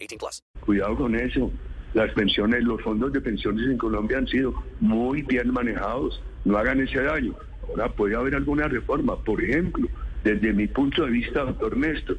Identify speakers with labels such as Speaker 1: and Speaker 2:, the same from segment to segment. Speaker 1: 18 plus.
Speaker 2: Cuidado con eso. Las pensiones, los fondos de pensiones en Colombia han sido muy bien manejados. No hagan ese daño. Ahora puede haber alguna reforma. Por ejemplo, desde mi punto de vista, doctor Néstor,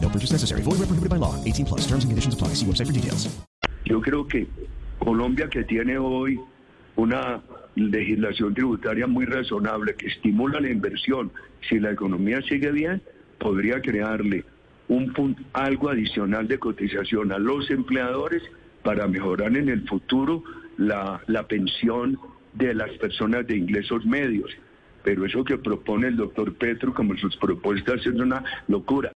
Speaker 3: No purchase necessary. Void where prohibited by law. 18 plus. Terms and conditions apply. See website for details.
Speaker 2: yo creo que Colombia que tiene hoy una legislación tributaria muy razonable que estimula la inversión, si la economía sigue bien, podría crearle un pun- algo adicional de cotización a los empleadores para mejorar en el futuro la, la pensión de las personas de ingresos medios. Pero eso que propone el doctor Petro como sus propuestas es una locura.